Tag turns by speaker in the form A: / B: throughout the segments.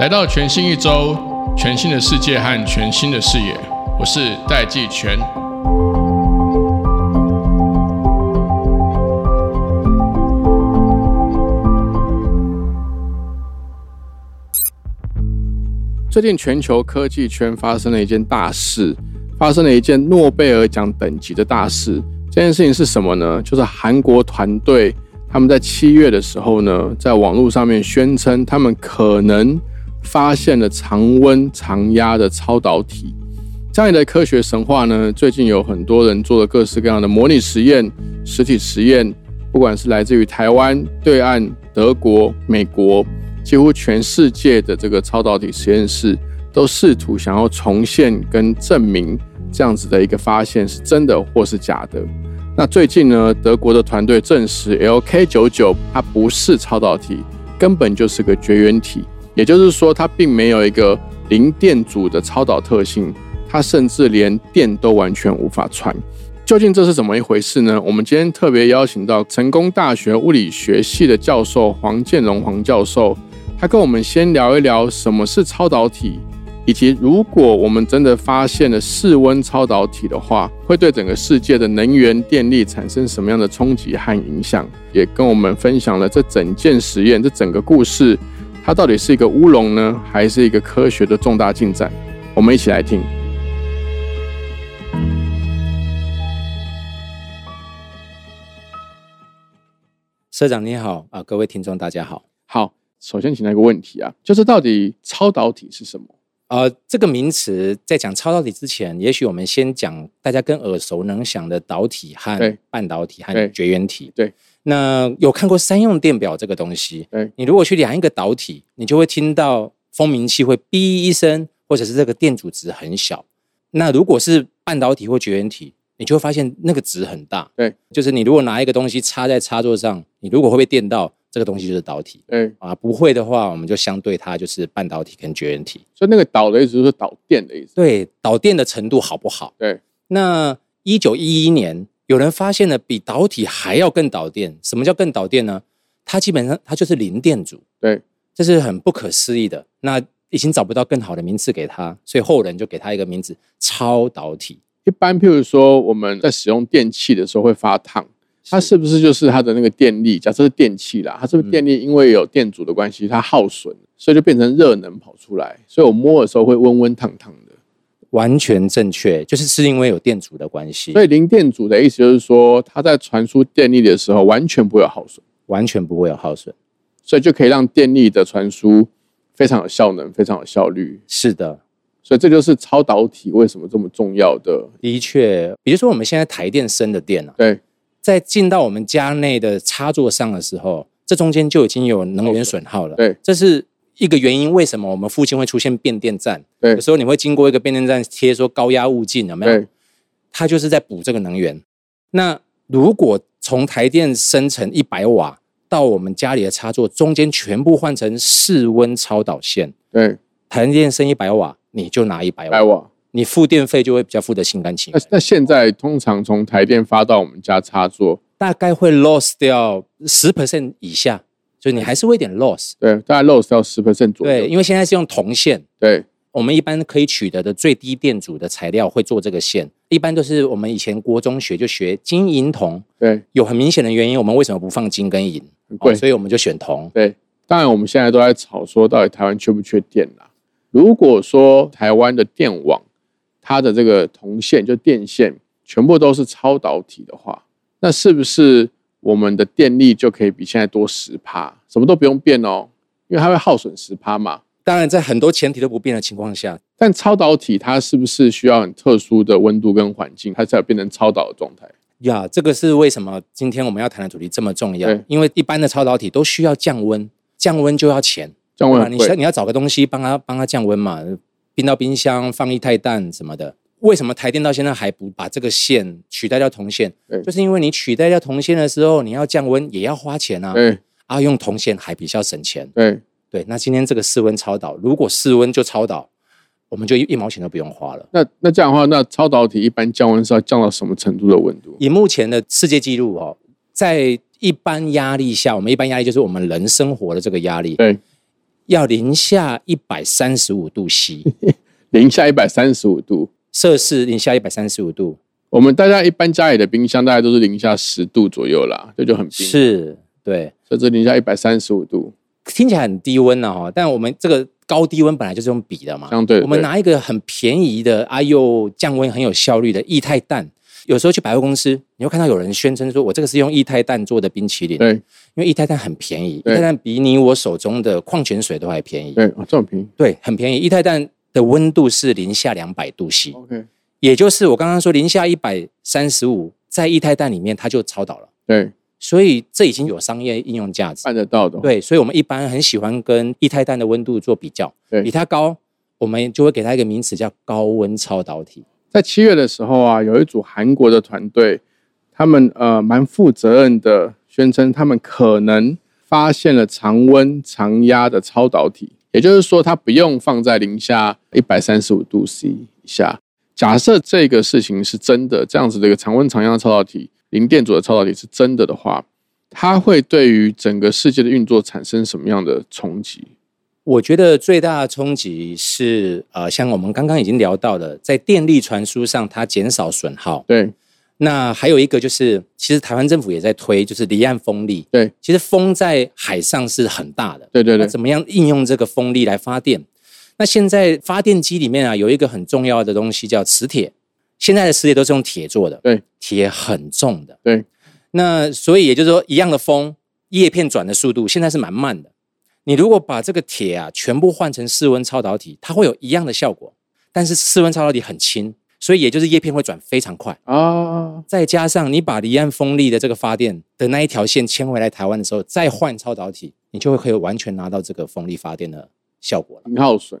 A: 来到全新一周，全新的世界和全新的视野，我是戴季全。最近全球科技圈发生了一件大事，发生了一件诺贝尔奖等级的大事。这件事情是什么呢？就是韩国团队他们在七月的时候呢，在网络上面宣称他们可能发现了常温常压的超导体。这样的科学神话呢，最近有很多人做了各式各样的模拟实验、实体实验，不管是来自于台湾对岸、德国、美国。几乎全世界的这个超导体实验室都试图想要重现跟证明这样子的一个发现是真的或是假的。那最近呢，德国的团队证实 LK 九九它不是超导体，根本就是个绝缘体，也就是说它并没有一个零电阻的超导特性，它甚至连电都完全无法传。究竟这是怎么一回事呢？我们今天特别邀请到成功大学物理学系的教授黄建荣黄教授。他跟我们先聊一聊什么是超导体，以及如果我们真的发现了室温超导体的话，会对整个世界的能源电力产生什么样的冲击和影响？也跟我们分享了这整件实验，这整个故事，它到底是一个乌龙呢，还是一个科学的重大进展？我们一起来听。
B: 社长你好啊，各位听众大家好，
A: 好。首先，请那个问题啊，就是到底超导体是什么？
B: 呃，这个名词在讲超导体之前，也许我们先讲大家更耳熟能详的导体和半导体和绝缘体。
A: 对，
B: 那有看过三用电表这个东西？
A: 对，
B: 你如果去量一个导体，你就会听到蜂鸣器会“哔”一声，或者是这个电阻值很小。那如果是半导体或绝缘体，你就会发现那个值很大。
A: 对，
B: 就是你如果拿一个东西插在插座上，你如果会被电到。这个东西就是导体，
A: 对
B: 啊，不会的话，我们就相对它就是半导体跟绝缘体。
A: 所以那个导的意思是导电的意思。
B: 对，导电的程度好不好？
A: 对。
B: 那一九一一年，有人发现了比导体还要更导电。什么叫更导电呢？它基本上它就是零电阻。
A: 对，
B: 这是很不可思议的。那已经找不到更好的名字给它，所以后人就给它一个名字——超导体。
A: 一般譬如说我们在使用电器的时候会发烫。它是不是就是它的那个电力？假设是电器啦，它是不是电力因为有电阻的关系，它耗损，所以就变成热能跑出来。所以我摸的时候会温温烫烫的。
B: 完全正确，就是是因为有电阻的关系，
A: 所以零电阻的意思就是说，它在传输电力的时候完全不会有耗损，
B: 完全不会有耗损，
A: 所以就可以让电力的传输非常有效能，非常有效率。
B: 是的。
A: 所以这就是超导体为什么这么重要的。
B: 的确，比如说我们现在台电生的电啊，
A: 对，
B: 在进到我们家内的插座上的时候，这中间就已经有能源损耗了。
A: 对，
B: 这是一个原因。为什么我们附近会出现变电站？
A: 对
B: 有时候你会经过一个变电站，贴说高压物镜，有没有
A: 对？
B: 它就是在补这个能源。那如果从台电生成一百瓦到我们家里的插座，中间全部换成室温超导线，
A: 对，
B: 台电生一百瓦，你就拿一百
A: 百
B: 瓦，
A: 瓦。
B: 你付电费就会比较付的心甘情
A: 那
B: 愿。
A: 那现在通常从台电发到我们家插座，
B: 大概会 loss 掉十 percent 以下，所以你还是会有点 loss。
A: 对，大概 loss 到十 percent 左
B: 对，
A: 右。
B: 因为现在是用铜线，
A: 对，
B: 我们一般可以取得的最低电阻的材料会做这个线，一般都是我们以前国中学就学金银铜，
A: 对，
B: 有很明显的原因，我们为什么不放金跟银？哦
A: 很贵。
B: 所以我们就选铜。
A: 对，当然我们现在都在吵说，到底台湾缺不缺电啦、如果说台湾的电网，它的这个铜线就电线全部都是超导体的话，那是不是我们的电力就可以比现在多十趴？什么都不用变哦，因为它会耗损十趴嘛。
B: 当然，在很多前提都不变的情况下，
A: 但超导体它是不是需要很特殊的温度跟环境，它才有变成超导的状态？
B: 呀，这个是为什么今天我们要谈的主题这么重要
A: 对？
B: 因为一般的超导体都需要降温，降温就要钱。
A: 降温
B: 对吧？啊
A: 很
B: 你
A: 贵
B: 想，你要找个东西帮它帮它降温嘛，冰到冰箱放液态氮什么的。为什么台电到现在还不把这个线取代掉铜线
A: 对？
B: 就是因为你取代掉铜线的时候，你要降温也要花钱啊，
A: 对
B: 啊，用铜线还比较省钱。
A: 对，
B: 对，那今天这个室温超导，如果室温就超导，我们就一一毛钱都不用花了。
A: 那那这样的话，那超导体一般降温是要降到什么程度的温度？
B: 以目前的世界纪录哦，在一般压力下，我们一般压力就是我们人生活的这个压力，
A: 对，
B: 要零下一百三十五度 C，
A: 零下一百三十五度。
B: 摄氏零下一百三十五度，
A: 我们大家一般家里的冰箱大概都是零下十度左右啦，这就很冰，
B: 是，对，
A: 甚至零下一百三十五度，
B: 听起来很低温了啊哈，但我们这个高低温本来就是用比的嘛，
A: 相对的
B: 我们
A: 对
B: 拿一个很便宜的，啊又降温很有效率的液态氮，有时候去百货公司，你会看到有人宣称说我这个是用液态氮做的冰淇淋，
A: 对
B: 因为液态氮很便宜，
A: 对
B: 液态氮比你我手中的矿泉水都还便宜，
A: 对，哦这么平
B: 对，很便宜。液态氮的温度是零下两百度 C，
A: ，OK，
B: 也就是我刚刚说零下一百三十五，在液态氮里面它就超导了，
A: 对，
B: 所以这已经有商业应用价值。
A: 办得到的，
B: 对，所以我们一般很喜欢跟液态氮的温度做比较，
A: 对
B: 比它高，我们就会给它一个名词叫高温超导体。
A: 在七月的时候啊，有一组韩国的团队，他们呃蛮负责任的宣称，他们可能发现了常温常压的超导体，也就是说，它不用放在零下一百三十五度 C 以下。假设这个事情是真的，这样子的一个常温常压的超导体，零电阻的超导体是真的的话，它会对于整个世界的运作产生什么样的冲击？
B: 我觉得最大的冲击是，呃，像我们刚刚已经聊到的，在电力传输上它减少损耗。
A: 对
B: 那还有一个就是，其实台湾政府也在推，就是离岸风力。
A: 对，
B: 其实风在海上是很大的，
A: 对对
B: 那
A: 对，
B: 怎么样应用这个风力来发电？那现在发电机里面啊，有一个很重要的东西叫磁铁。现在的磁铁都是用铁做的，
A: 对，
B: 铁很重的，
A: 对。
B: 那所以也就是说，一样的风，叶片转的速度现在是蛮慢的。你如果把这个铁啊全部换成室温超导体，它会有一样的效果，但是室温超导体很轻，所以也就是叶片会转非常快。
A: 啊，
B: 再加上你把离岸风力的这个发电的那一条线迁回来台湾的时候，再换超导体，你就会可以完全拿到这个风力发电的效果了。
A: 零耗损。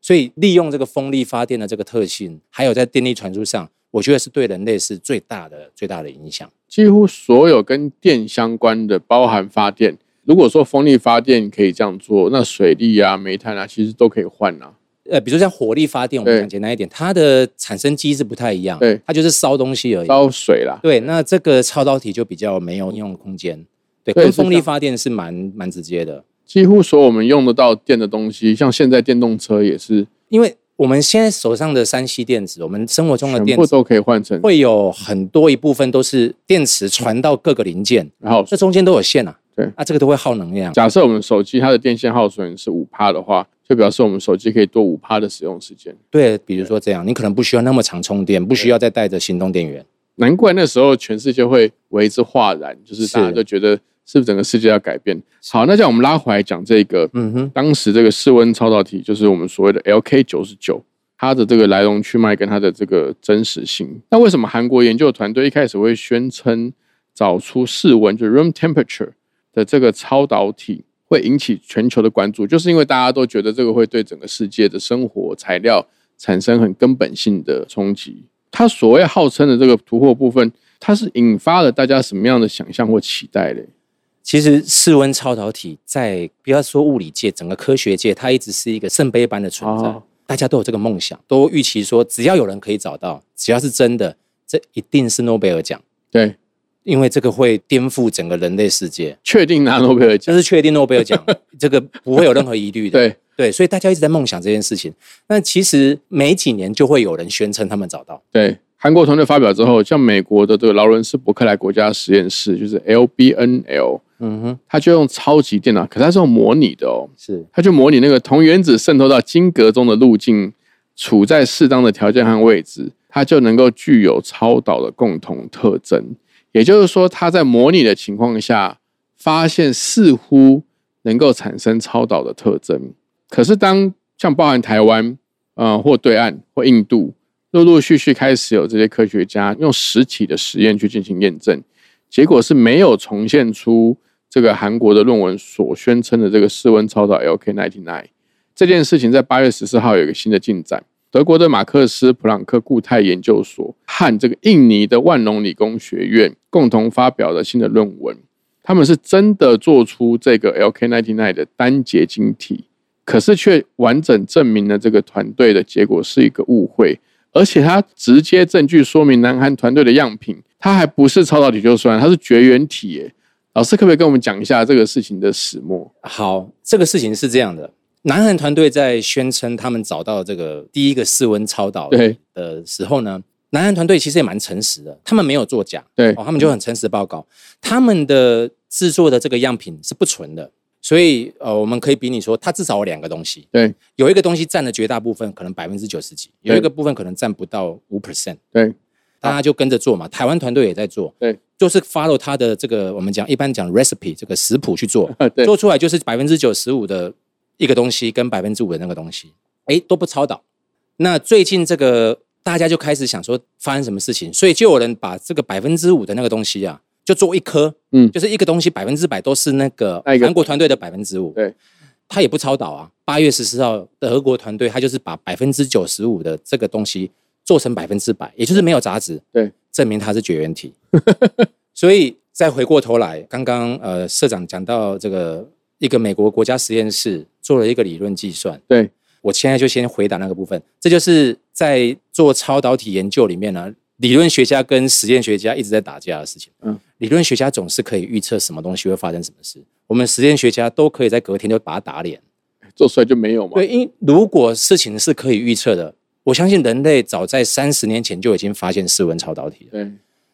B: 所以利用这个风力发电的这个特性，还有在电力传输上，我觉得是对人类是最大的最大的影响。
A: 几乎所有跟电相关的，包含发电。如果说风力发电可以这样做，那水力啊、煤炭啊，其实都可以换啊。
B: 呃，比如说像火力发电，我们
A: 对
B: 讲简单一点，它的产生机制不太一样，
A: 对
B: 它就是烧东西而已。
A: 烧水啦，
B: 对，那这个超导体就比较没有应用空间。对，
A: 对
B: 跟
A: 是这
B: 风力
A: 样
B: 发电是蛮蛮直接的。
A: 几乎所有我们用得到电的东西，像现在电动车也是，
B: 因为我们现在手上的三 C 电子，我们生活中的
A: 全
B: 电
A: 部
B: 子
A: 都可以换成
B: 会有很多一部分都是电池传到各个零件，
A: 然后
B: 这中间都有线啊。
A: 对
B: 啊，这个都会耗能量。
A: 假设我们手机它的电线耗损是五帕的话，就表示我们手机可以多五帕的使用时间。
B: 对，比如说这样，你可能不需要那么长充电，不需要再带着行动电源。
A: 难怪那时候全世界会为之哗然，就是大家
B: 是
A: 就觉得是不是整个世界要改变？好，那这样我们拉回来讲这个
B: 嗯哼，
A: 当时这个室温超导体就是我们所谓的 LK 九十九，它的这个来龙去脉跟它的这个真实性。那为什么韩国研究团队一开始会宣称找出室温就是 room temperature 的这个超导体会引起全球的关注？就是因为大家都觉得这个会对整个世界的生活材料产生很根本性的冲击。它所谓号称的这个突破部分，它是引发了大家什么样的想象或期待嘞？
B: 其实室温超导体在不要说物理界，整个科学界，它一直是一个圣杯般的存在。
A: 哦
B: 大家都有这个梦想，都预期说，只要有人可以找到，只要是真的，这一定是诺贝尔奖，
A: 对，
B: 因为这个会颠覆整个人类世界。
A: 确定拿诺贝尔
B: 这
A: 奖，
B: 是确定诺贝 尔奖，这个不会有任何疑虑的。
A: 对
B: 对，所以大家一直在梦想这件事情。那其实每几年就会有人宣称他们找到，
A: 对，韩国团队发表之后，像美国的这个劳伦斯伯克莱国家实验室，就是 LBNL，
B: 嗯哼，
A: 它就用超级电脑，可是它是用模拟的哦，
B: 是
A: 它就模拟那个铜原子渗透到晶格中的路径，处在适当的条件和位置，它就能够具有超导的共同特征。也就是说，它在模拟的情况下，发现似乎能够产生超导的特征。可是当像包含台湾，呃，或对岸或印度，陆陆续续开始有这些科学家用实体的实验去进行验证，结果是没有重现出这个韩国的论文所宣称的这个室温超导 LK ninety nine 这件事情，在八月十四号有一个新的进展。德国的马克思普朗克固态研究所和这个印尼的万隆理工学院共同发表了新的论文，他们是真的做出这个 LK ninety nine 的单结晶体，可是却完整证明了这个团队的结果是一个误会，而且他直接证据说明南韩团队的样品，它还不是超导体就算，它是绝缘体耶，老师可不可以跟我们讲一下这个事情的始末？
B: 好，这个事情是这样的，南韩团队在宣称他们找到这个第一个室温超导
A: 对
B: 的时候呢，南韩团队其实也蛮诚实的，他们没有作假，
A: 对
B: 哦，他们就很诚实地报告，他们的制作的这个样品是不纯的，所以呃，我们可以比拟说，它至少有两个东西，
A: 对
B: 有一个东西占了绝大部分，可能百分之九十几，有
A: 对
B: 一个部分可能占不到五 percent，
A: 对
B: 大家就跟着做嘛。台湾团队也在做，
A: 对，
B: 就是 follow 它的这个我们讲一般讲 recipe 这个食谱去做，
A: 啊 对
B: 做出来就是百分之九十五的一个东西跟百分之五的那个东西，哎，都不超导。那最近这个大家就开始想说发生什么事情，所以就有人把这个百分之五的那个东西啊，就做一颗，
A: 嗯
B: 就是一个东西百分之百都是那个
A: 那一个
B: 韩国团队的百分之五，
A: 对，
B: 他也不超导啊。八月十四号，德国团队他就是把百分之九十五的这个东西做成百分之百，也就是没有杂质，
A: 对，
B: 证明它是绝缘体。 所以再回过头来，刚刚呃社长讲到这个一个美国国家实验室做了一个理论计算，
A: 对
B: 我现在就先回答那个部分，这就是在做超导体研究里面呢、理论学家跟实验学家一直在打架的事情。
A: 嗯
B: 嗯，理论学家总是可以预测什么东西会发生什么事，我们实验学家都可以在隔天就把它打脸。
A: 做出来就没有嘛？
B: 对，因如果事情是可以预测的，我相信人类早在三十年前就已经发现室温超导体了，
A: 对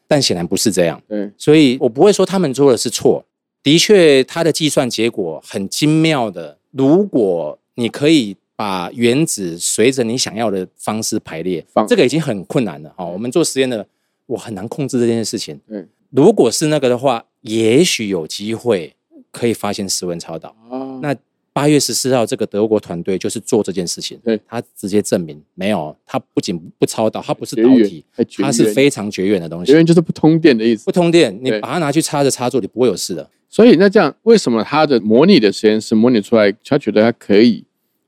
B: 但显然不是这样。
A: 对
B: 所以我不会说他们做的是错。的确，它的计算结果很精妙的。如果你可以把原子随着你想要的方式排列
A: 放，嗯
B: 这个已经很困难了。哦，我们做实验的，我很难控制这件事情。
A: 对
B: 如果是那个的话，也许有机会可以发现室温超导。
A: 啊，
B: 那八月十四号，这个德国团队就是做这件事情，
A: 对
B: 他直接证明没有，它不仅不超导，它不是
A: 绝
B: 导
A: 缘
B: 体
A: 还绝，
B: 它是
A: 缘
B: 非常绝缘的东西
A: 因。为就是不通电的意思
B: 不。通电，你
A: 对
B: 把它拿去插着插座，你不会有事的。
A: 所以那这样，为什么他的模拟的实验室模拟出来，他觉得它可以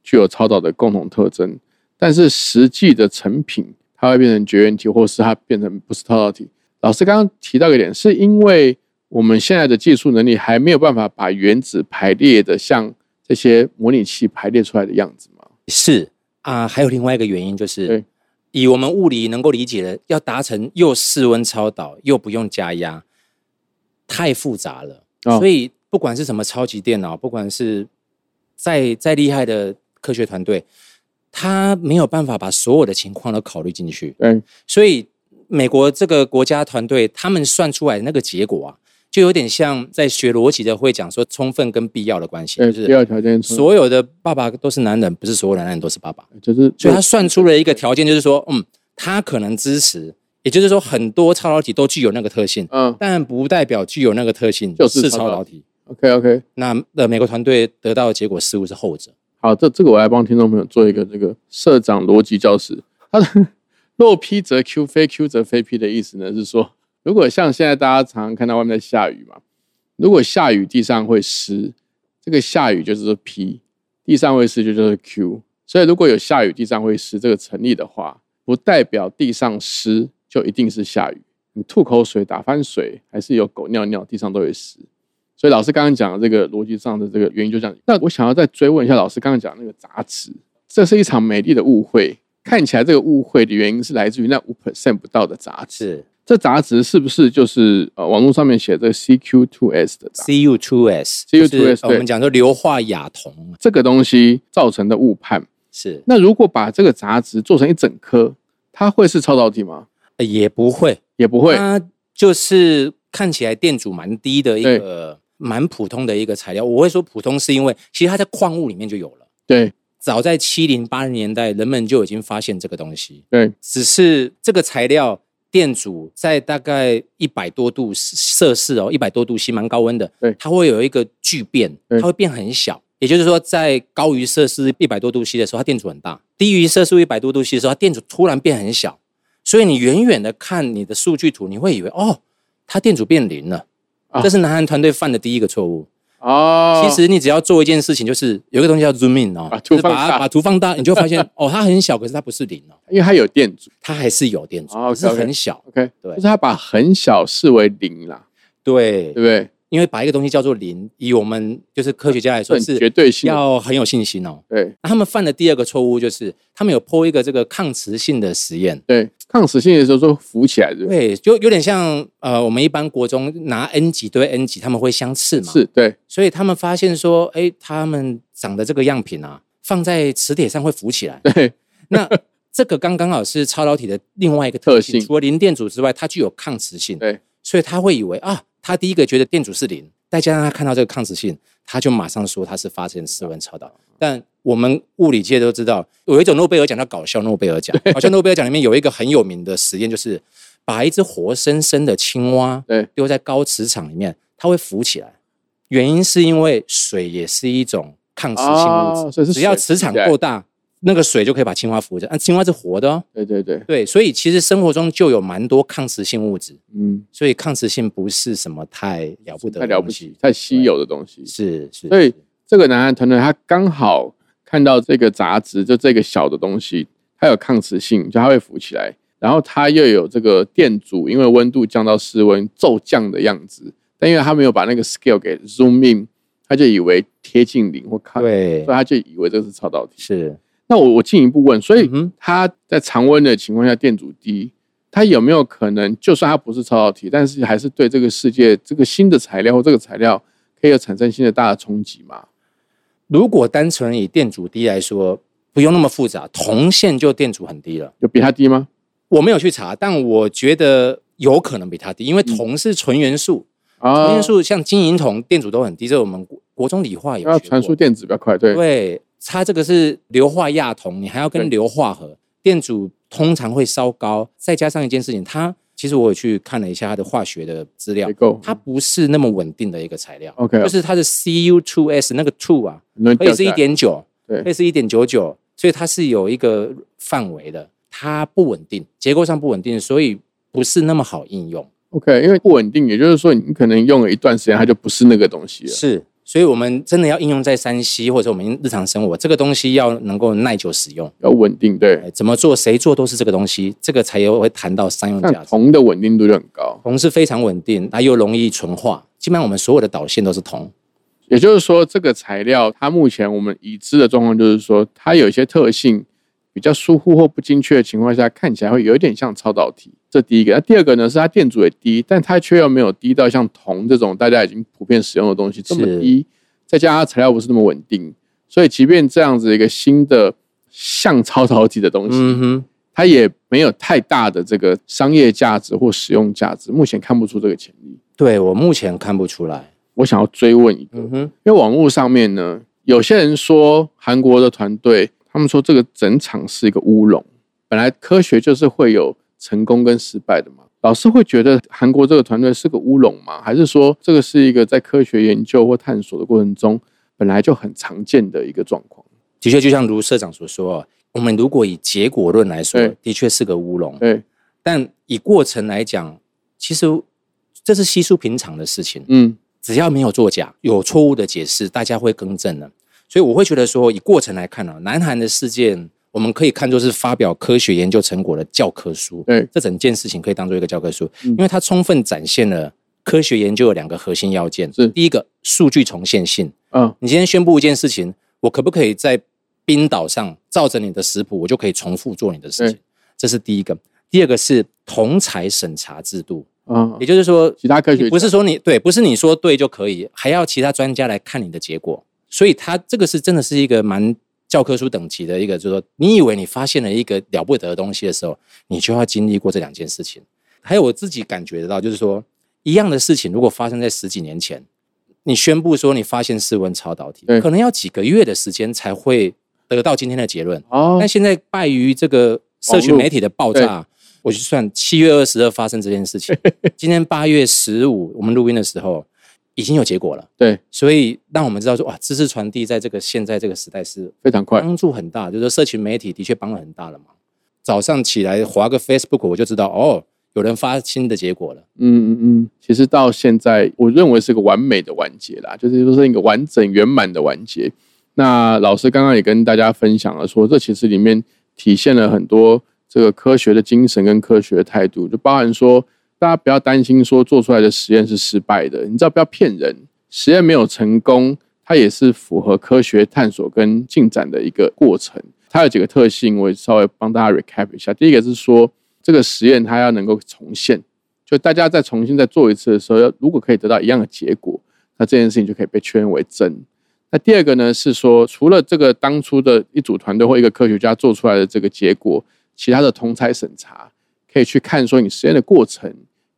A: 具有超导的共同特征，但是实际的成品它会变成绝缘体，或是它变成不是超导体？老师刚刚提到一点，是因为我们现在的技术能力还没有办法把原子排列的像这些模拟器排列出来的样子嘛？
B: 是啊，还有另外一个原因就
A: 对
B: 是，以我们物理能够理解的，要达成又室温超导又不用加压，太复杂了。
A: 哦
B: 所以不管是什么超级电脑，不管是再再厉害的科学团队，他没有办法把所有的情况都考虑进去。
A: 对
B: 所以美国这个国家团队他们算出来的那个结果啊，就有点像在学逻辑的会讲说充分跟必要的关系，
A: 对，
B: 就是
A: 必哎要条件是
B: 所有的爸爸都是男人，不是所有的男人都是爸爸。
A: 就是，
B: 所以他算出了一个条件，就是说，嗯，他可能支持，也就是说，很多超导体都具有那个特性，
A: 嗯
B: 但不代表具有那个特性
A: 就是
B: 是
A: 超
B: 超
A: 导
B: 导体。
A: ，OK OK，
B: 那呃，美国团队得到的结果似乎是后者。
A: 好，这这个我来帮听众朋友做一个这个社长逻辑教室。他的 若 P 则 Q，非 Q 则非 P 的意思呢是说，如果像现在大家常常看到外面在下雨嘛，如果下雨地上会湿，这个下雨就是说 P，地上会湿就就是 Q。所以如果有下雨地上会湿这个成立的话，不代表地上湿就一定是下雨。你吐口水、打翻水，还是有狗尿尿，地上都会湿。所以老师刚刚讲的这个逻辑上的这个原因就这样。那我想要再追问一下老师刚刚讲的那个杂质，这是一场美丽的误会。看起来这个误会的原因是来自于那五 percent 不到的杂质。
B: 是
A: 这杂质是不是就是呃网络上面写这个 CQ2S 的杂质？
B: Cu2s，
A: CU2S
B: 就是呃
A: 对
B: 我们讲说硫化亚铜
A: 这个东西造成的误判。
B: 是、
A: 那如果把这个杂质做成一整颗，它会是超导体吗？
B: 呃也不会，
A: 也不会。
B: 它就是看起来电阻蛮低的一个蛮普通的一个材料。我会说普通是因为其实它在矿物里面就有了。
A: 对
B: 早在七零八零年代，人们就已经发现这个东西，
A: 对
B: 只是这个材料电阻在大概一百多度摄氏哦，一百多度其实蛮高温的，
A: 对
B: 它会有一个聚变，
A: 对
B: 它会变很小。也就是说，在高于摄氏一百多度 C 的时候，它电阻很大；低于摄氏一百多度 C 的时候，它电阻突然变很小。所以你远远的看你的数据图，你会以为哦，它电阻变零了。
A: 啊
B: 这是南韩团队犯的第一个错误。
A: 哦，
B: 其实你只要做一件事情，就是有一个东西叫 zoom in 哦，
A: 把图
B: 就是
A: 放
B: 把
A: 大
B: 它把图放大，你就发 现哦，它很小，可是它不是零哦，
A: 因为它有电阻
B: 它还是有电阻，
A: 哦
B: 只是
A: OK，OK
B: 很小。
A: ，OK，
B: 对
A: 就是它把很小视为零啦，
B: 对
A: 对不，对？
B: 因为把一个东西叫做零，以我们就是科学家来说
A: 很
B: 是
A: 绝对性的。
B: 要很有信心哦。
A: 对
B: 那他们犯的第二个错误就是，他们有剖一个这个抗磁性的实验，
A: 对，抗死性的时候说浮起来的，
B: 对，就有点像呃，我们一般国中拿 N 几对 N 几，他们会相斥嘛，
A: 是对
B: 所以他们发现说，哎，他们长的这个样品啊，放在磁铁上会浮起来。
A: 对
B: 那这个刚刚好是超导体的另外一个
A: 特
B: 特
A: 性
B: 性，除了零电阻之外，它具有抗磁性。
A: 对，
B: 所以他会以为啊，他第一个觉得电阻是零，再加上他看到这个抗磁性，他就马上说他是发生室温超
A: 啊
B: 导。但我们物理界都知道，有一种诺贝尔奖叫搞笑诺贝尔奖，搞笑诺贝尔奖里面有一个很有名的实验，就是把一只活生生的青蛙
A: 对
B: 丢在高磁场里面，它会浮起来。原因是因为水也是一种抗磁性
A: 哦
B: 物
A: 所以是
B: 质，只要
A: 水
B: 磁场
A: 浮起来
B: 够大，那个水就可以把青蛙浮着。啊，青蛙是活的哦，
A: 对对对，
B: 对，所以其实生活中就有蛮多抗磁性物质。
A: 嗯，
B: 所以抗磁性不是什么太了不得
A: 太
B: 的
A: 了不
B: 东
A: 起
B: 西，，
A: 太稀有的东西。
B: 是是，
A: 所以这个男孩团队他刚好看到这个杂质，就这个小的东西，它有抗磁性，就它会浮起来，然后它又有这个电阻，因为温度降到室温骤降的样子，但因为他没有把那个 scale 给 zoom in，他就以为贴近零或靠，所
B: 对
A: 以他就以为这是超导体。
B: 是
A: 那我我进一步问，所以
B: 嗯哼
A: 它在常温的情况下电阻低，它有没有可能，就算它不是超导体，但是还是对这个世界这个新的材料或这个材料可以有产生新的大的冲击嘛？
B: 如果单纯以电阻低来说，不用那么复杂，铜线就电阻很低了。
A: 有比它低吗？
B: 我没有去查，但我觉得有可能比它低，因为铜是纯元素，
A: 嗯啊
B: 纯元素像金银铜电阻都很低，这我们国国中理化有
A: 要
B: 学
A: 传输
B: 过。
A: 电子比较快，对，
B: 对，它这个是硫化亚铜，你还要
A: 对
B: 跟硫化合，电阻通常会稍高。再加上一件事情，它其实我有去看了一下它的化学的资料
A: 结，构
B: 它不是那么稳定的一个材料。
A: OK，
B: 就是它的 Cu2s 那个 two 啊，
A: 很容易
B: 可以
A: 掉下
B: 是一
A: 来，
B: 点九，
A: 对
B: 可以是一点九九，所以它是有一个范围的，它不稳定，结构上不稳定，所以不是那么好应用。
A: ，OK，因为不稳定，也就是说你可能用了一段时间，它就不是那个东西了。
B: 是，所以我们真的要应用在山西或者我们日常生活，这个东西要能够耐久使用。
A: 要稳定，对，
B: 哎怎么做，谁做都是这个东西，这个才有会谈到商用
A: 但
B: 价值。
A: 铜的稳定度就很高，
B: 铜是非常稳定，它又容易纯化，基本上我们所有的导线都是铜。
A: 也就是说，这个材料它目前我们已知的状况就是说，它有一些特性比较疏忽或不精确的情况下，看起来会有一点像超导体。这第一个，那第二个呢是它电阻也低，但它却又没有低到像铜这种大家已经普遍使用的东西这么
B: 是
A: 低，再加上它材料不是那么稳定，所以即便这样子一个新的像超导体的东西，
B: 嗯哼。
A: 它也没有太大的这个商业价值或使用价值，目前看不出这个潜力。
B: 对我目前看不出来。
A: 我想要追问一个，
B: 嗯哼，
A: 因为网络上面呢，有些人说韩国的团队，他们说这个整场是一个乌龙。本来科学就是会有成功跟失败的嘛。老师会觉得韩国这个团队是个乌龙吗？还是说这个是一个在科学研究或探索的过程中本来就很常见的一个状况？
B: 的确，就像卢社长所说哦，我们如果以结果论来说
A: 对，
B: 的确是个乌龙。
A: 对，
B: 但以过程来讲，其实这是稀疏平常的事情。
A: 嗯，
B: 只要没有作假，有错误的解释，大家会更正的。所以我会觉得说，以过程来看呢、啊南韩的事件，我们可以看作是发表科学研究成果的教科书。
A: 对
B: 这整件事情可以当做一个教科书，
A: 嗯
B: 因为它充分展现了科学研究的两个核心要件。
A: 是
B: 第一个，数据重现性。
A: 嗯，
B: 你今天宣布一件事情，我可不可以在冰岛上照着你的食谱，我就可以重复做你的事情？这是第一个。第二个是同才审查制度，
A: 啊、
B: 也就是说，
A: 其他科学
B: 你不是说你对，不是你说对就可以，还要其他专家来看你的结果。所以它这个是真的是一个蛮教科书等级的一个，就是说，你以为你发现了一个了不得的东西的时候，你就要经历过这两件事情。还有我自己感觉得到，就是说，一样的事情如果发生在十几年前，你宣布说你发现室温超导体
A: 对，
B: 可能要几个月的时间才会得到今天的结论。
A: 哦
B: 但，现在败于这个社群媒体的爆炸，我就算七月二十二发生这件事情，今天八月十五我们录音的时候已经有结果了，
A: 对，
B: 所以让我们知道说哇，知识传递在这个现在这个时代是
A: 非常快，
B: 帮助很大，就是说社群媒体的确帮了很大的忙。早上起来划个 Facebook，我就知道哦，有人发新的结果了。
A: 嗯嗯嗯，其实到现在，我认为是个完美的完结啦，就是说是一个完整圆满的完结。那老师刚刚也跟大家分享了说，这其实里面体现了很多这个科学的精神跟科学的态度，就包含说大家不要担心说做出来的实验是失败的，你知道不要骗人，实验没有成功，它也是符合科学探索跟进展的一个过程。它有几个特性，我也稍微帮大家 recap 一下。第一个是说，这个实验它要能够重现，就大家再重新再做一次的时候，要如果可以得到一样的结果，那这件事情就可以被确认为真。那第二个呢是说，除了这个当初的一组团队或一个科学家做出来的这个结果，其他的同才审查可以去看说你实验的过程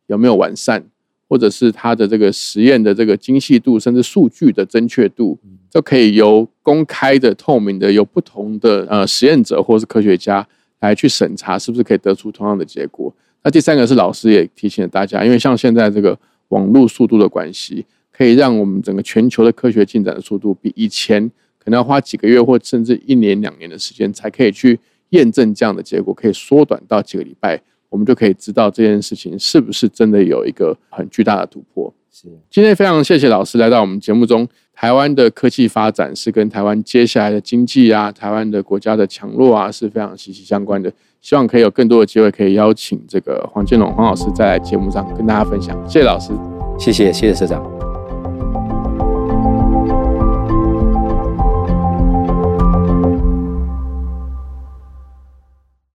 A: 有没有完善，或者是它的这个实验的这个精细度，甚至数据的正确度，都可以由公开的、透明的，由不同的呃实验者或是科学家来去审查，是不是可以得出同样的结果。那第三个是老师也提醒了大家，因为像现在这个网络速度的关系，可以让我们整个全球的科学进展的速度比以前可能要花几个月或甚至一年两年的时间才可以去验证这样的结果，可以缩短到几个礼拜，我们就可以知道这件事情是不是真的有一个很巨大的突破。
B: 是
A: 今天非常谢谢老师来到我们节目中。台湾的科技发展是跟台湾接下来的经济啊、台湾的国家的强弱啊是非常息息相关的。希望可以有更多的机会可以邀请这个黄建龙黄老师在节目上跟大家分享。谢谢老师。
B: 谢谢，谢谢社长。